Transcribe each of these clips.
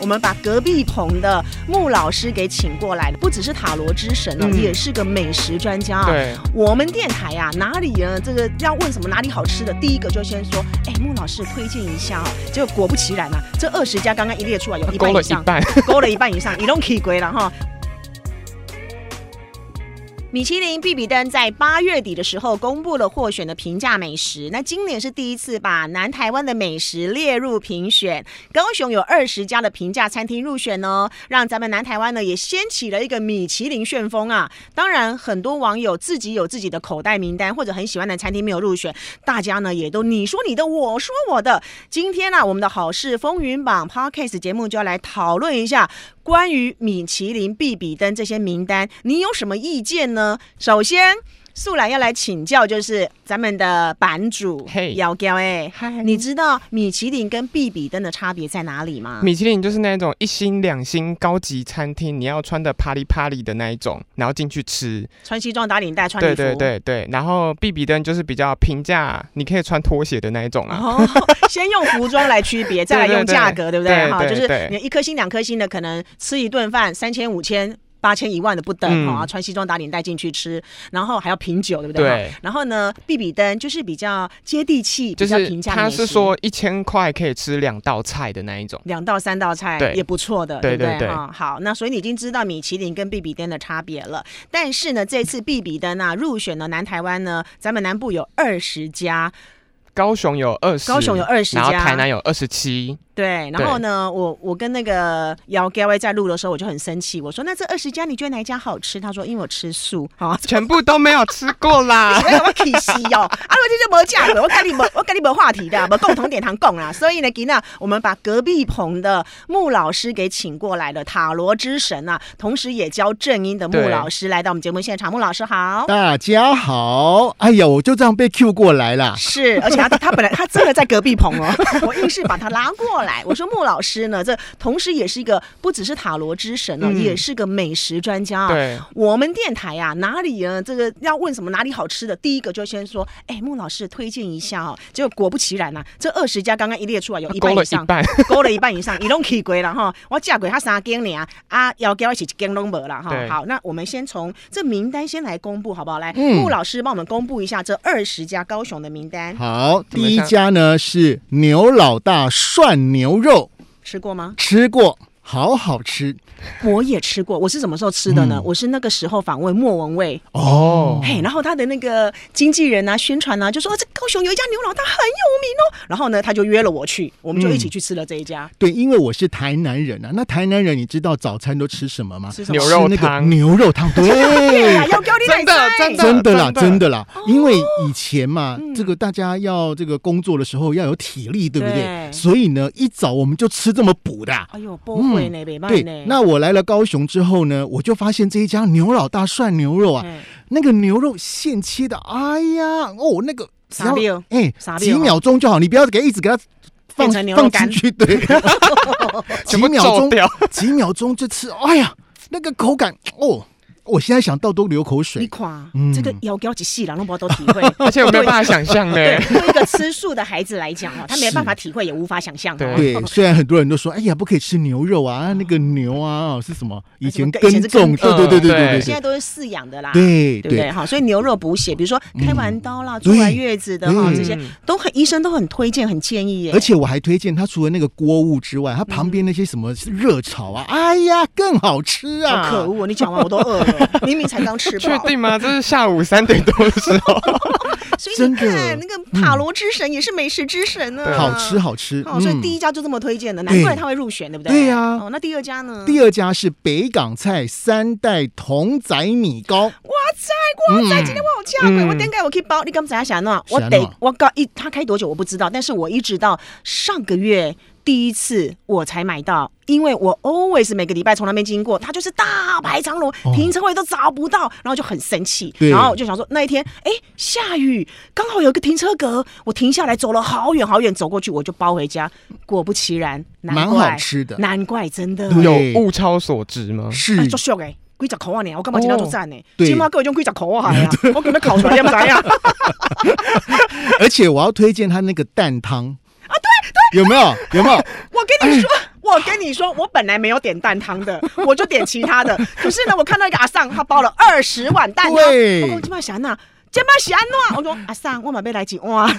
我们把隔壁棚的穆老师给请过来，不只是塔罗之神哦，嗯也是个美食专家啊。对，我们电台呀、哪里啊，这个要问什么哪里好吃的，第一个就先说，哎，穆老师推荐一下哦。结果果不其然啊，这二十家刚刚一列出来，有一勾半了以一 上半，勾了一半以上，你都可以归了哈。米其林必比登在八月底的时候公布了获选的平价美食，那今年是第一次把南台湾的美食列入评选。高雄有二十家的平价餐厅入选哦，让咱们南台湾呢也掀起了一个米其林旋风啊！当然，很多网友自己有自己的口袋名单，或者很喜欢的餐厅没有入选，大家呢也都你说你的，我说我的。今天呢、我们的好事风云榜 Podcast 节目就要来讨论一下关于米其林、必比登这些名单，你有什么意见呢？首先，素兰要来请教，就是咱们的版主嘿姚娇哎。嗨你知道米其林跟必比登的差别在哪里吗？ 米其林就是那种一星两星高级餐厅，你要穿的啪里啪里的那一种，然后进去吃。穿西装打领带，穿礼对服。对对对，然后必比登就是比较平价，你可以穿拖鞋的那一种啊。哦， 先用服装来区别，再来用价格，对不对？对哈，对就是对你一颗星、两颗星的，可能吃一顿饭三千、五千、八千、一万的不等嗯哈、啊穿西装打领带进去吃，然后还要品酒，对不对？对哈然后呢，必比登就是比较接地气，就比较是平价他美食是说一千块可以吃两道菜的那一种。两到三道菜对也不错的，对不对对哈、好，那所以你已经知道米其林跟必比登的差别了。但是呢，这次必比登啊入选了南台湾呢，咱们南部有二十家，高雄有二十，高雄有二十然后家，台南有二十七，对，然后呢，我我跟那个姚 g a y 在录的时候，我就很生气，我说那这二十家你觉得哪一家好吃？他说因为我吃素啊。全部都没有吃过啦。我我气死 哦！啊，我这就没价格，我跟你没，我跟你没话题的，没共同点堂共啦。所以呢，吉娜，我们把隔壁棚的穆老师给请过来了，塔罗之神啊，同时也教正音的穆对老师来到我们节目现场。穆老师好，大家好，哎呀，我就这样被 Q 过来啦。是，而且他他本来他真的在隔壁棚 哦，我硬是把他拉过来。我说穆老师呢，这同时也是一个不只是塔罗之神哦，嗯也是个美食专家 啊。对，我们电台呀、哪里啊？这个要问什么哪里好吃的，第一个就先说，哎，穆老师推荐一下哦。结果果不其然呐、这二十家刚刚一列出来，有一半勾以了一上，半，勾了一半以上，伊拢去过了哈。我嫁给他三间呢，啊，要跟我一起一间拢无了哈。对好，那我们先从这名单先来公布好不好？来，嗯穆老师帮我们公布一下这二十家高雄的名单，好，怎么第一像家呢是牛老大涮牛肉，吃过吗？吃过，好好吃我也吃过，我是什么时候吃的呢？嗯我是那个时候访问莫文蔚，哦。嘿，然后他的那个经纪人啊、宣传啊，就说、哦这高雄有一家牛老大很有名哦，然后呢，他就约了我去，我们就一起去吃了这一家。对，因为我是台南人啊，那台南人你知道早餐都吃什么吗？吃什么牛肉那个汤，牛肉汤，对 呀，对。要高丽真的真嗯真的啦，真的真的啦，因为以前嘛嗯，这个大家要这个工作的时候要有体力，对不对对？所以呢，一早我们就吃这么补的啊。哎呦，不会呢，北办对呢。，那我来了高雄之后呢，我就发现这一家牛老大涮牛肉啊，嘿那个牛肉现切的，哎呀，哦，那个只傻要逼哦，哎傻逼几哦秒钟就好，你不要给一直给它放变成牛肉放干进去，对，全几部秒皱钟掉。 几秒钟就吃，哎呀，那个口感哦，我现在想到都流口你水。垮嗯，这个要高一细了，让宝都体 会。而且我没有办法想象欸呢。对，对一个吃素的孩子来讲哦，他没办法体会，也无法想象哦。对对，虽然很多人都说，哎呀，不可以吃牛肉啊，那个牛啊是什么？以前以前耕是耕种，对种对对对嗯现对对在都是饲养的啦。对对不对？哈，所以牛肉补血，比如说开完刀啦、做完月子的哈，嗯这些嗯都很医生都很推荐、很建议耶。而且我还推荐它，除了那个锅物之外，它旁边那些什么热炒啊，哎呀，更好吃啊！好可恶哦！你讲完我都饿了， 明明才刚吃确饱。定吗？这是下午三点多的时候。所以你真的嗯看，那个塔罗之神也是美食之神呢，好吃。好吃。嗯哦，嗯所以第一一家就这么推荐的，对难怪他会入选，对不对？对呀哦，那第二家呢？第二家是北港菜三代同仔米糕，哇塞，哇塞！今天我有价格，嗯我点解我可以包？你刚才想呢？我是啊得喏我搞一，他开多久我不知道，但是我一直到上个月第一次我才买到，因为我 always 每个礼拜从那边经过，他就是大排长龙，哦停车位都找不到，然后就很生气，对然后我就想说那一天，哎，下雨，刚好有一个停车格，我停下来走了好远好远，走过去我就包回家，果不其然，难蛮怪好吃的难怪真的。对有物超所值吗？是哎，足俗诶，几十箍啊呢，我感觉真了足赞呢。哦对起码各位种几十箍 啊，系啊，我叫你烤出来，你唔知啊？而且我要推荐它那个蛋汤啊，对对，有没有有没有？ 我跟你说，我跟你说，我本来没有点蛋汤 的，我就点其他的。可是呢，我看到一个阿尚，他包了二十碗蛋汤，对我说这么想呐，这么想呐，我说阿尚，我买杯来几哇，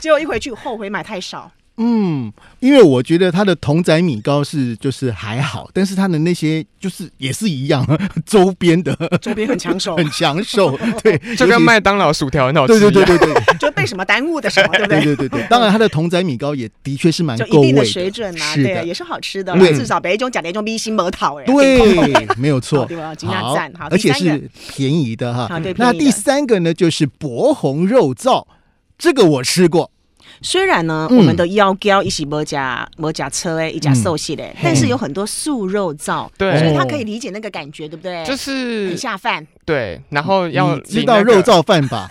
结果一回去后悔买太少。嗯，因为我觉得它的童仔米糕是就是还好，但是它的那些就是也是一样 周边的周边很抢 ，手很抢手，对，就尤跟其麦当劳薯条很好吃一对样。对对对对对就被什么耽误的什么， 对不对？ 对对对，当然它的童仔米糕也的确是蛮就够一味定的水准啊，是对啊，的，也是好吃的啦，嗯至少北种讲的一种米心没讨哎， 对，没有错好对吧，今天好赞好，第而且三个是便宜的好哈对。那便宜第的三个呢，就是薄红肉燥，这个我吃过，虽然呢，嗯我们的腰膏一起没加没加车哎，一加寿喜嘞，但是有很多素肉燥，对哦所以他可以理解那个感觉，对不对？就是很下饭，对，然后哦要你知淋道那个肉燥饭吧？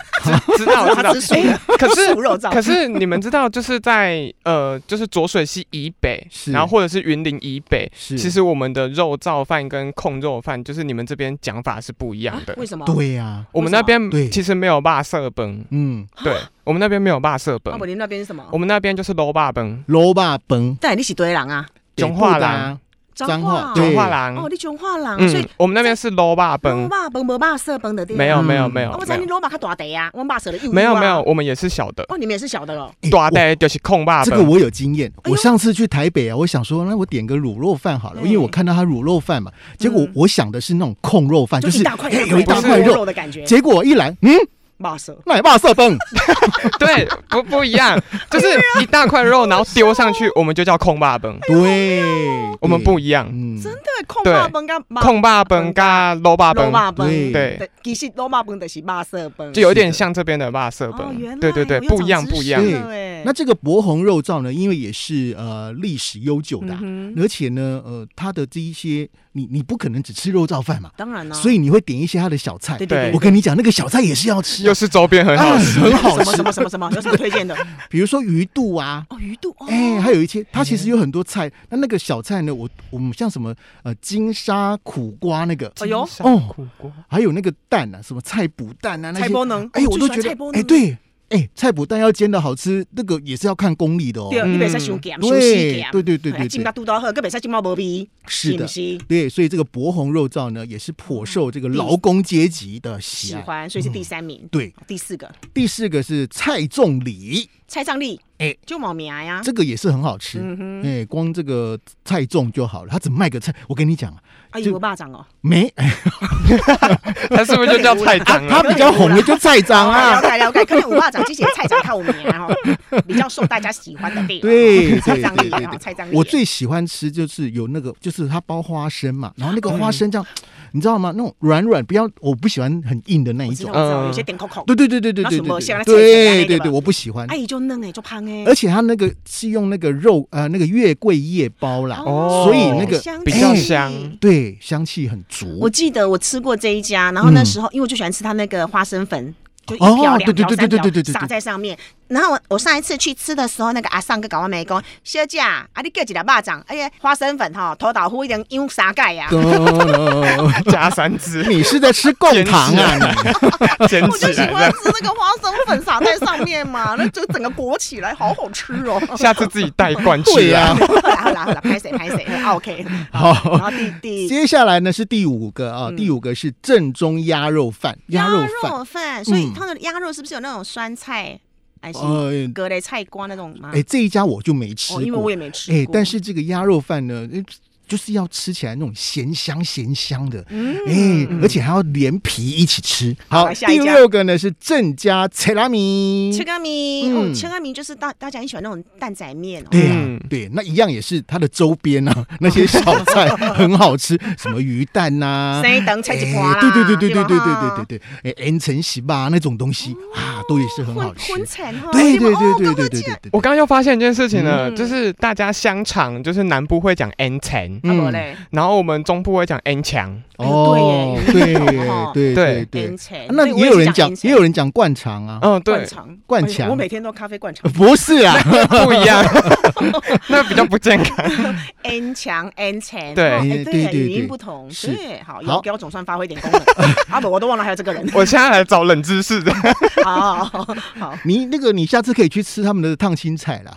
知 道 知道他吃素的，可是素肉燥可是你们知道，就是在呃，就是浊水溪以北，是然后或者是云林以北，是其实我们的肉燥饭跟控肉饭，就是你们这边讲法是不一样啊的。为什么？啊对呀，我们那边对其实没有霸色崩，嗯，对我们那边没有霸色阿崩伯，林那边是什么我？们那边就是楼霸崩，萝卜崩，但你是堆人啊，中北部华的啦啊彰彰化化中对华哦，郎。你彰化人，所嗯以，我们那边是楼霸罗崩，马崩没霸色崩的地方，没有没有嗯没有啊我知道你没有罗马较大地啊，我马舍的幼没有啊没有，我们也是小的，哦，你们也是小的哦，哎大我概就是控霸这个崩。我有经验。哎呦我上次去台北啊，我想说，那我点个卤肉饭好了，嗯因为我看到他卤肉饭嘛，结果嗯我想的是那种控肉饭，就就是一大块哎有一大块肉肉，肉的感觉，结果一来，嗯，马舍。奶爸色崩，对，不不一样，就是一大块肉，然后丢上去，我们就叫控霸哎崩，对，我们不一样。嗯，真的控霸崩跟马控霸崩加肉霸崩，肉崩，对对，其实肉霸崩就是肉色崩，就有点像这边的霸色哦，原来崩，对对对，我又长不一样知识不一样。了哎那这个薄红肉燥呢，因为也是呃历史悠久的啊、嗯哼而且呢，呃，它的这一些，你你不可能只吃肉燥饭嘛，当然啦，所以你会点一些它的小菜。对对我跟你讲，那个小菜也是要吃、又是周边很好啊，吃，很好什吃，么什么什 么什么，有什么推荐的？比如说鱼肚啊。哦，鱼肚，哦哎、还有一些，它其实有很多菜。那那个小菜呢？我我们像什么呃金沙苦瓜那个，哦哎呦，山 苦瓜还有那个蛋啊，什么菜脯蛋啊那菜些，包能，哎、最我都喜欢觉得菜包，哎、能，对，哎、菜脯蛋要煎的好吃，那个也是要看功力的哦。对，啊嗯你别使伤咸，伤死对咸，对对对哎对浸对到，肚刀喝，个别使浸到无味，是不的，是？对，所以这个薄红肉燥呢，也是颇受这个劳工阶级的喜喜爱。欢，所以是第三名。啊对，第四个第四个是菜粽礼，蔡尚丽，哎就毛啊名呀，这个也是很好吃。嗯哼，哎、光这个菜粽就好了，他只卖个菜。我跟你讲啊，啊，这有巴掌哦， 没，哎它是不是就叫菜章他啊？比较红的就菜章哦了啊。解了解，可能五巴掌之前菜掌靠名哦，比较受大家喜欢的地方。哦 对蔡对尚对丽，对哦对蔡尚丽，我最喜欢吃就是有那个，就是它包花生啊嘛，然后那个花生这样，你知道吗？那种软软，不要，我不喜欢很硬的那一我知道，种我。知道，嗯有些点扣扣，对对对对对那对什么像那菜对菜那对个对吧对，我不喜欢哎，。伊就嫩哎，就胖哎，而且它那个是用那个肉呃那个月桂叶包啦，哦所以那个香比气较香对，香气很足。我记得我吃过这一家，然后那嗯时候、因为我就喜欢吃它那个花生粉。就一哦瓢两对对瓢对三对瓢对对对对撒在上面。然后我我上一次去吃的时候，那个阿尚跟搞完美工，小姐啊，啊你叫几粒巴掌，哎呀花生粉哈，头倒糊一点用啥盖呀？噔加三只， 你是在吃贡糖 啊？你捡我起就喜来欢了，吃那个花生粉撒在上面嘛，那就整个裹起来，好好吃哦。下次自己带一罐对去呀、啊。好啦好啦好啦，拍谁拍谁，OK。然好，后第第接下来呢是第五个啊，嗯第五个是正宗鸭肉饭，鸭肉饭，肉饭，所以嗯他们的鸭肉是不是有那种酸菜，还是呃，格雷菜瓜那种吗？哎，这一家我就没吃哦，因为我过也，没吃过。哎，但是这个鸭肉饭呢，哎就是要吃起来那种咸香咸香的，嗯哎，而且还要连皮一起吃。好好，来下一第家六个呢是郑家切拉米，切干米，嗯哦，切干米就是大大家很喜欢那种蛋仔面哦。对呀、嗯对，那一样也是它的周边啊， 那些小菜很好吃， 什么鱼蛋呐、生一等菜一盘啦，啊哎哦对对对对对对吧对对，对对，哎，盐城席吧那种东西、啊，都也是很好荤吃。荤菜哈，对你们对对哦对对跟我对对讲对对，我刚刚又发现一件事情了，嗯就是大家香肠，就是南部会讲 n 城， N，啊嗯不嘞，然后我们中部会讲 N 强，哦，对对耶哦对对对对，啊前那也有人讲，也有人讲灌肠啊，嗯，对灌，肠，灌哎呀肠我每天都咖啡灌 肠不是啊，不一样， 那比较不健康。 ，N 强 N 前，对哦哎哎对对对语音对不同，是对，好，好要标总算发挥一点功能，啊不，我都忘了还有这个 人，我现在来找冷知识的，好好好好，你那个你下次可以去吃他们的烫青菜啦，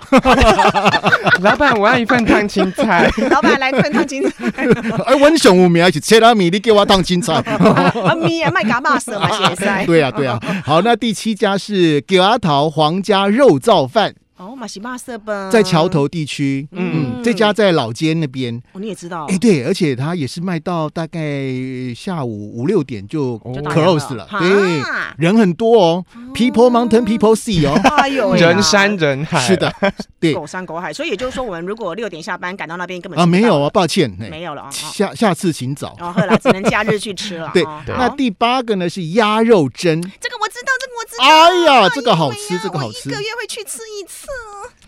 老板，我要一份烫青菜。老板来炖汤金 哎，温雄五名一起切拉米，你给我烫青菜。，啊咪啊，卖嘎巴蛇嘛，写塞对啊，对啊。好，那第七家是葛阿桃皇家肉燥饭，哦，嘛是巴色吧，在桥，头地区。嗯嗯，这家在老街那边。哦你也知道哎，，对，而且它也是卖到大概下午五六点就就打烊 close 了。对，啊人很多哦，People Mountain People Sea 哦。哎呦喂啊人山人海，是的，对狗山狗海，所以也就是说，我们如果六点下班赶到那边，根本啊，吃不没到有啊，抱歉，哎没有 了啊。哦下下次请早。然后后来只能假日去吃了。 对哦，对好那第八个呢是鸭肉蒸，这个我知道，这个我知道。哎呀，这哎个呀好吃，这个好我吃一个。月会去吃一次。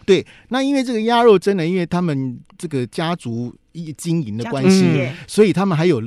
对，那因为这个鸭肉蒸呢，因为他们这个家族一经营的关家族系企，业所以他们还有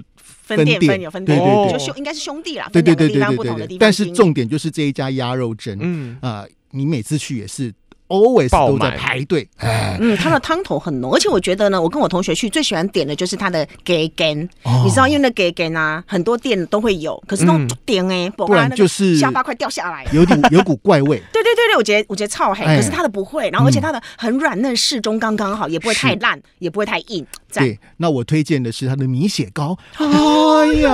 分店店分有分店，哦对对对就兄应该是兄弟啦，对对分对两个地方对对不对同的对。地方经营。但是重点就是这一家鸭肉蒸嗯，啊、你每次去也是 always 爆都在满排队，哎，嗯，它的汤头很浓，而且我觉得呢，我跟我同学去最喜欢点的就是它的给根，哦你知道，因为那给根啊，很多店都会有，可是那种嗯点哎，不不然那个就是下巴快掉下来。 。有股有股怪味对对对对，我觉得我觉得超黑，哎可是它的不会，然后而且它的很软嫩适中，刚刚好，也不会太烂，也不会太硬。赞对，那我推荐的是它的米血糕。哦哎呀，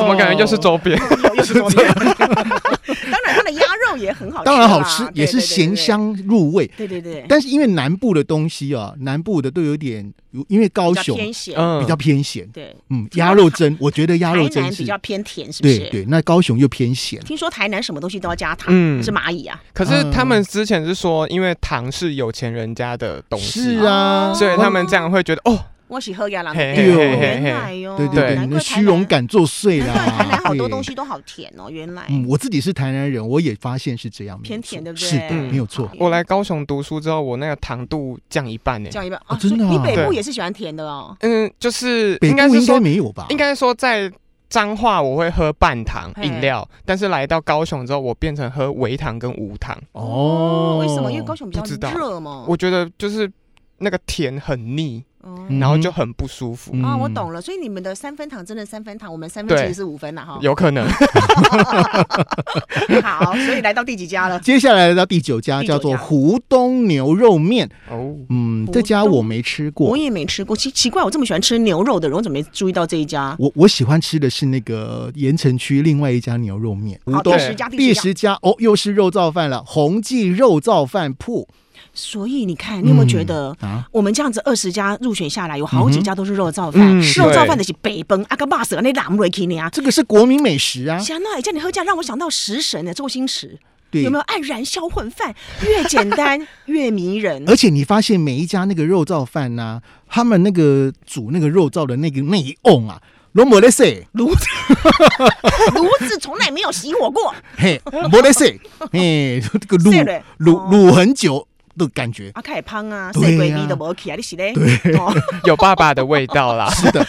怎么感觉又是？周边？又又是多面。当然，它的鸭肉也很好吃啦，啊当然好吃，也是对咸。香入味。对对对对对对，但是因为南部的东西啊，南部的都有点，因为高比较雄偏咸，嗯比较偏咸，对，嗯，鸭肉 蒸，我觉得鸭肉台蒸南是比较偏甜，是不对是？对，那高雄又偏咸，听说台南什么东西都要加糖，嗯是蚂蚁啊，可是他们之前是说，因为糖是有钱人家的东西是，啊，所以他们这样会觉得哦，我喜喝鸭郎的。嘿嘿嘿对哦嘿原嘿，来哟，对对对，难你怪的台虚荣南。感作祟难怪啦。台南好多对东西都好甜哦，原来嗯，我自己是台南人，我也发现是这样，偏没有错甜对不对？是的，嗯没有错。我来高雄读书之后，我那个糖度降一半呢。讲一半哦真的啊所以你北部对也是喜欢甜的哦。嗯，就是北应该部是应该说，没有吧？应该说在彰化我会喝半糖嘿饮料，但是来到高雄之后，我变成喝微糖跟无糖。哦，为什么？因为高雄比较不知道热嘛。我觉得就是那个甜很腻，哦嗯然后就很不舒服，嗯啊，我懂了，所以你们的三分糖真的三分糖，我们三分对其实是五分了哈。有可 能。 好，所以来到第几家了？接下来来到第九家，第九叫做家湖东牛肉面。哦，嗯，湖这家东我没吃我过，也没吃过，奇奇怪，我这么喜欢吃牛肉的人，我怎么没注意到这一家？我我喜欢吃的是那个盐城区另外一家牛肉面。好，湖第东对十家，第第十家。十家哦，又是肉燥饭了，宏记肉燥饭铺。所以你看，你有没有觉得？嗯啊？我们这样子二十家入选下来，有好几家都是肉燥饭，嗯肉燥对饭的是北啊奔阿个巴斯，那拉姆瑞基尼啊。这个是国民美食啊，香奈叫你喝酱，让我想到食神的周星驰，对，有没有黯然销魂饭？ 越简单越迷人。而且你发现每一家那个肉燥饭呐、他们那个煮那个肉燥的那个那一瓮啊，拢没得洗，炉子，炉子从来没有熄火过。啊嘿，没得洗，嘿，这个洗卤了哦卤卤很久的感觉。啊，开胖啊，对啊晒鬼咪都无去啊，你是嘞？对，哦、有爸爸的味道 啦。是的，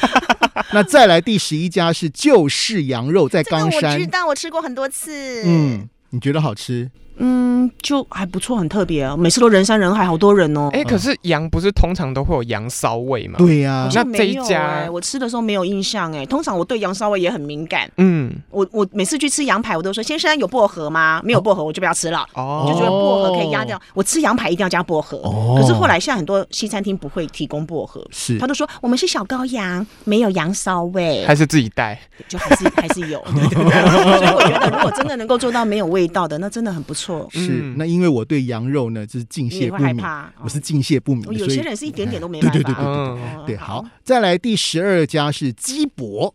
那再来第十一家是旧式羊肉，在这个冈我知山。道，我吃过很多次。嗯嗯，你觉得好吃？嗯，就还不错，很特别啊，每次都人山人海，好多人哦。哎、可是羊不是通常都会有羊骚味吗？对呀、好像像那这没一有家哎、我吃的时候没有印象哎、通常我对羊骚味也很敏感，嗯，我我每次去吃羊排，我都说先生有薄荷吗？没有薄荷我就不要吃了。就觉得哦，薄荷可以压掉，我吃羊排一定要加薄荷。哦可是后来现在很多西餐厅不会提供薄荷，是他都说我们是小羔羊，没有羊骚味，还是自己带。就还是还是 有。对对对所以我觉得如果真的能够做到没有味道的，那真的很不错。是、嗯那因为我对羊肉呢，就是敬你也谢不会害敏，怕？哦我是敬谢不敏的，有所以些人是一点点都没对办法。对对对嗯，哦对，好，，再来第十二家是鸡脖，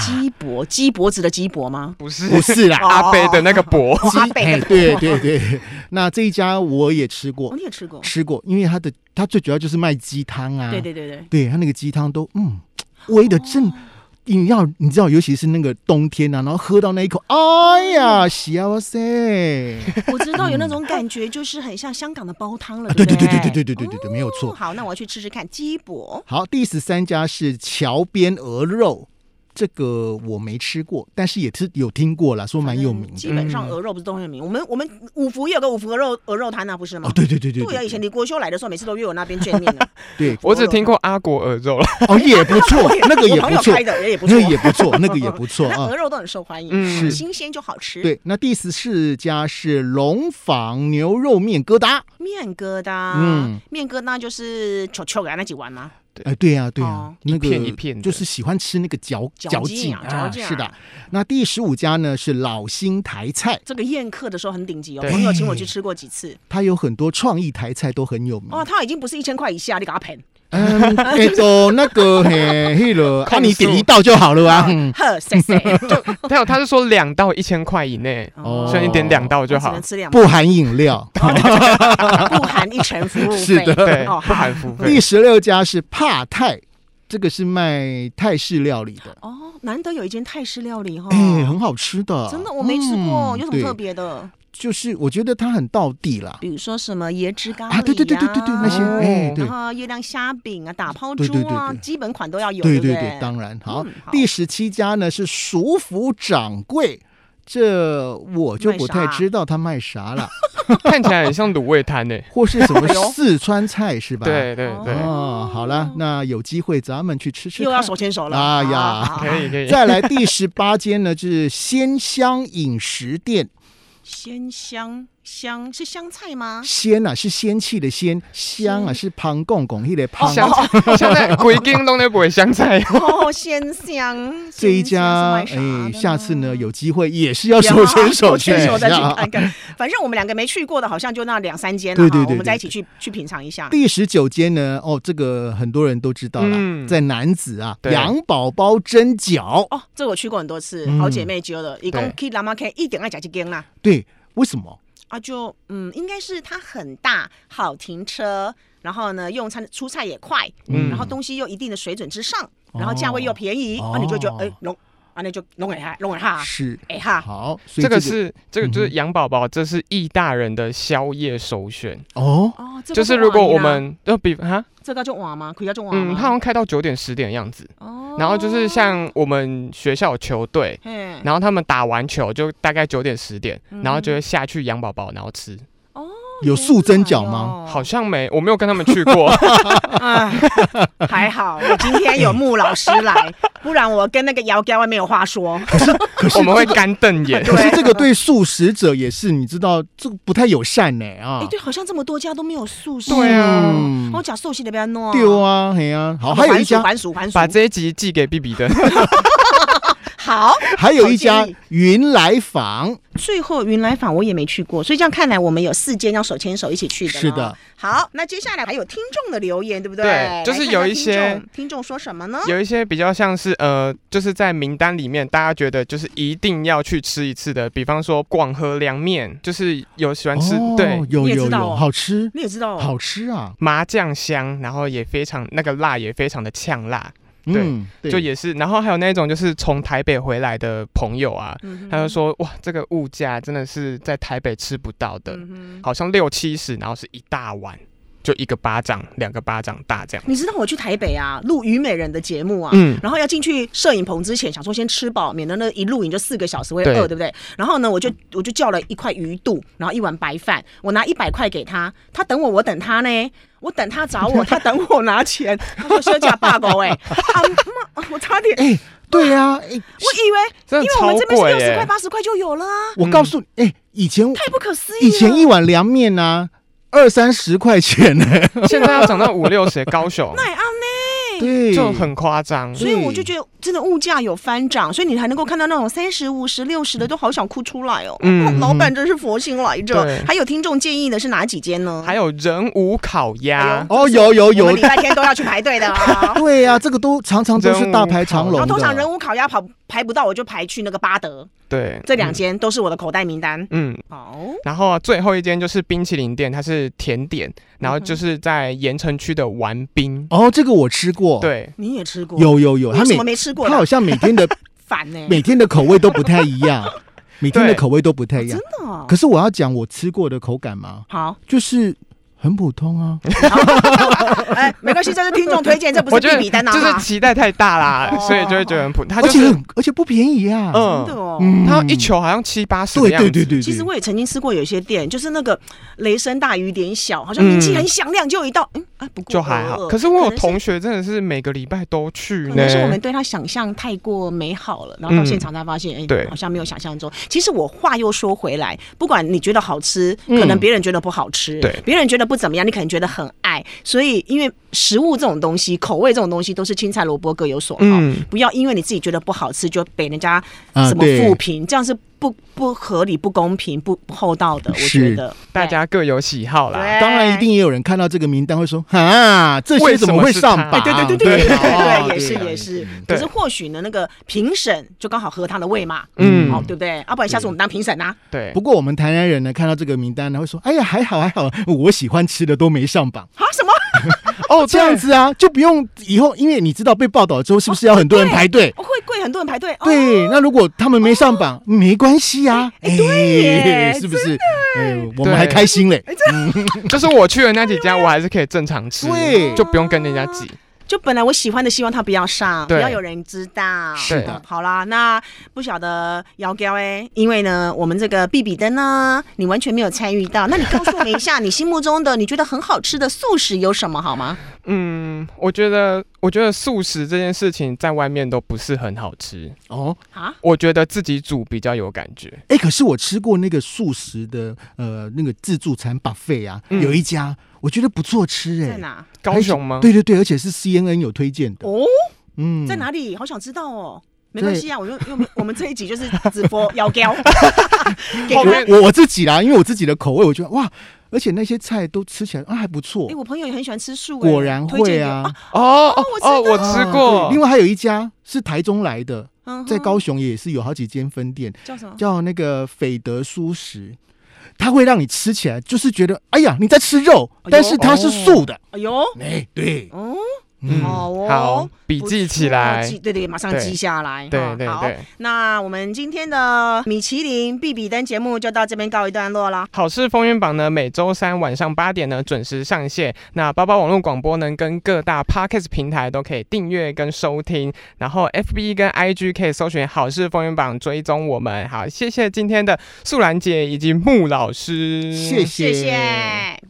鸡脖，鸡脖子的鸡脖吗？不是不是啦，阿贝的那个 脖，哦阿贝哎，的对对对，那这一家我也吃哦，过，你也吃过？吃过，因为它的它最主要就是卖鸡汤啊，对对对对，对，它那个鸡汤都嗯，煨的正饮料，你知道，尤其是那个冬天啊，然后喝到那一口，哎呀，喜啊哇塞！我知道有那种感觉，就是很像香港的煲汤了，啊，对不对对对对对对对对对，没有哦错。好，那我要去吃吃看鸡脖。好，第十三家是桥边鹅肉，这个我没吃过，但是也是有听过啦，说蛮有名基的。本上鹅肉不是都很有名。我们我们五福也有个五福鹅肉鹅肉摊啊，不是吗？哦，对对对对对啊，以前对，李国修来的时候，每次都约我那边见面的。对我只听过阿国鹅肉了，哦也不错， 那个我也朋不友错开，的也不那错个，也不错，那个也不错那 啊鹅。肉都很受欢迎，嗯很是新鲜就好吃。，对，那第十四家是龙坊牛肉面疙瘩，面疙瘩，嗯面疙瘩就是球球给啊它那几碗吗？哎，对呀、对呀、哦那个一片一片的就是喜欢吃那个嚼嚼劲劲啊嚼劲啊是的。那第十五家呢是老新台菜，这个宴客的时候很顶级哦，对朋友请我去吃过几次。它有很多创意台菜都很有名。哦，它已经不是一千块以下，你给它喷。嗯，哎都那个嘿嘿了，啊，控你诉点一道就好了啊。嗯 呵，谢谢。还有他是说两到一千块以内，哦所以你点两道就我只好能，吃两不含饮料。不含一成服务费。 是的对，哦，不好。含付 费第。十六家是帕泰，这个是卖泰式料理的，哦，难得有一间泰式料理哈，哎、很好吃的。哦真的我没吃过，嗯有什么特？对别的？就是我觉得它很道地啦。比如说什么椰汁咖喱啊啊，对对对对对对，那些哦哎、对然。后月亮虾饼啊、打抛对对猪对啊，对基本款都要有，对不对对，当然好。嗯好第十七家呢是熟府掌柜，这我就不太知道他卖啥了，看起来很像卤味摊 诶。或是什么哎呦四川菜是吧？对对对，哦，好了，那有机会咱们去吃吃又要看。手牵手了啊哎呀好好好可以可以。再来第十八间呢，就是鲜香饮食店，鲜香香是香菜 吗？鲜啊是仙气的鲜，香啊是旁贡贡一的旁。香哦菜，香菜，鬼京东那不会香菜。哦，鲜香这一鲜香是卖家啥的哎，下次呢呢啊有机会也是要手牵手去一手再去下。看看。 反正我们两个没去过的，好像就那两三间了啊对哈对我对们对再一起去去品尝一下。 第十九间呢，哦，这个很多人都知道了，嗯在南子啊，对羊宝宝蒸饺。哦，这我去过很多次，嗯好姐妹揪的，一共对 K 拉妈 K 一点爱夹几根啦对，为什么？啊，就嗯，应该是它很大，好停车，然后呢用餐出菜也快，嗯然后东西又一定的水准之上，然后价位又便宜，哦啊，你就觉得哎弄啊那就弄给他，弄给他，是哎哈，好，所以这个是这个就是嗯哼羊宝宝，这是义大人的宵夜首选。哦，哦，这个就是如果我们就比哈，这个就晚吗？可以叫就晚嗯，吗？他好像开到九点十点的样子。啊哦然后就是像我们学校有球队，嘿然后他们打完球就大概九点十点，嗯然后就会下去羊宝宝，然后吃。有素蒸饺哦吗？？好像没，我没有跟他们去过。 哎，还好我今天有穆老师来，不然我跟那个姚哥外面有话说。我们会干瞪眼。对可是这个对素食者也是，你知道，这个不太友善呢啊哎，。对，好像这么多家都没有素食。哦对啊嗯我假寿喜的不要弄啊。对啊，嘿啊，好，哦，还有一家，还俗还俗把还俗。这一集寄给 B B 的，好，还有一家好建议云来坊，最后云来坊我也没去过，所以这样看来，我们有四间要手牵手一起去的。是的。好，那接下来还有听众的留言，对不对对就是有一来些看看听众听众说什么呢？有一些比较像是呃，就是在名单里面，大家觉得就是一定要去吃一次的，比方说广和凉面，就是有喜欢吃、哦对有你也有知道哦有，好吃，你也知道，哦好吃啊，麻酱香，然后也非常那个辣也非常的呛辣，对嗯，就也是，然后还有那种就是从台北回来的朋友啊，嗯哼他就说哇，这个物价真的是在台北吃不到的，嗯哼好像六七十，然后是一大碗，就一个巴掌，两个巴掌大这样，你知道我去台北啊，录虞美人的节目啊，嗯，然后要进去摄影棚之前，想说先吃饱，免得那一录影就四个小时会对饿，对不对？然后呢，我就我就叫了一块鱼肚，然后一碗白饭，我拿一百块给他，他等我，我等他呢。我等他找 我，他等我拿钱，他说休假罢工哎，啊妈，我差点，哎，对啊，哎，我以为真因的为我超们这边是贵六耶、十块八十块就有了啊，我告诉你，哎，以前太不可思议了。以前一碗凉面啊，二三十块钱呢、 现在要涨到五六十，高雄那也安呢，对，就很夸张。所以我就觉得真的物价有翻涨，所以你还能够看到那种三十五十六十嗯的，都好想哭出来哦。嗯老板真是佛心来着对。还有听众建议的是哪几间呢？还有人五烤哎鸭，哦，有有我有。们礼，拜天都要去排队的啊对呀、这个都常常都是大排长然 龙后的。啊通常人五烤鸭跑排不到我就排去那个巴德，对，这两嗯间都是我的口袋名单。嗯，哦，然后啊，最后一间就是冰淇淋店，它是甜点，然后嗯哼就是在盐城区的丸冰。哦，这个我吃过，，对，你也吃过？有有有，你他为什每么没吃过他的好啊？像每天的烦呢，每天的口味都不太一样，每天的对口味都不太一真样。的哦。可是我要讲我吃过的口感吗？好，就是很普通啊，哎，没关系，这是听众推荐，这不我是觉必得比单啊，就是期待太大啦，哦所以就会觉得很普，它而就且是很而且不便宜啊。真嗯的，哦。哦嗯它一球好像七八十的对样子。对对对其实嗯对，我也曾经吃过有一些店，就是那个雷声大雨点小，好像名气很响亮，就有一道，嗯啊，不过嗯就还好。可是是我有能是同学真的是每个礼拜都去可呢能，是我们对他想象太过美好了，然后到嗯现场才发现，哎、对好像没有想象中。其实我话又说回来，不管你觉得好吃，嗯可能别人觉得不好吃，对别人觉得不怎么样，你可能觉得很爱。所以，因为食物这种东西，口味这种东西，都是青菜萝卜各有所好。嗯，不要因为你自己觉得不好吃就被人家啊什么对负评，这样是不不合理、不公平、不不厚道的。我觉是得大家各有喜好啦。对当然一定也有人看到这个名单会说啊，这些怎么会上为什么是他榜？哎对对对对对对啊对，也是啊也是。可对是或许呢，那个评审就刚好合他的胃嘛，嗯好对不对？啊要不然下次我们当评审呐。对不，过我们台南人呢，看到这个名单呢，会说：“哎呀，还好还好，我喜欢吃的都没上榜。啊什么？”哦，这样子啊，就不用以后，因为你知道被报道之后，是不是要很多人排队？会贵很多人排队？哦，对，那如果他们没上榜，没关系呀，哎，耶是不是？哎，我们对还开心嘞。就是我去的那几家，我还是可以正常吃，对就不用跟人家挤。就本来我喜欢的，希望他不要上，不对要有人知道。是的好啦，那不晓得姚彪哎，因为呢，我们这个比比登呢，你完全没有参与到。那你告诉我们一下，你心目中的你觉得很好吃的素食有什么好吗？嗯，我觉得，我觉得素食这件事情在外面都不是很好吃，哦，啊，我觉得自己煮比较有感觉。哎，可是我吃过那个素食的，呃，那个自助餐 buffet 啊，嗯有一家我觉得不错吃，在哎，哪？高雄吗？对对对，而且是 CNN 有推荐的，哦，嗯，在？哪里？好想知道哦。没关系啊，我又又没我们这一集就是直播姚 彪，给后他。面我我自己啦，因为我自己的口味，我觉得哇，而且那些菜都吃起来啊还不错哎，，我朋友也很喜欢吃素哎，果然推荐会给啊，。哦哦哦我知道哦，我吃啊对过另。外还有一家是台中来的，嗯哼在高雄也是有好几间分店，叫什么？叫那个斐德素食，它会让你吃起来就是觉得哎呀你在吃肉哎呦，但是它是素的，哎呦，哎对，哦，嗯，好哦好，笔不记起错来。记对对，马上对记下来。哈对对好对，那我们今天的米其林必比登节目就到这边告一段落了。好事风云榜呢，每周三晚上八点呢准时上线。那包包网络广播呢，跟各大 podcast 平台都可以订阅跟收听。然后 FB 跟 IG 可以搜寻“好事风云榜”，追踪我们。好，谢谢今天的素兰姐以及穆老师，谢谢谢。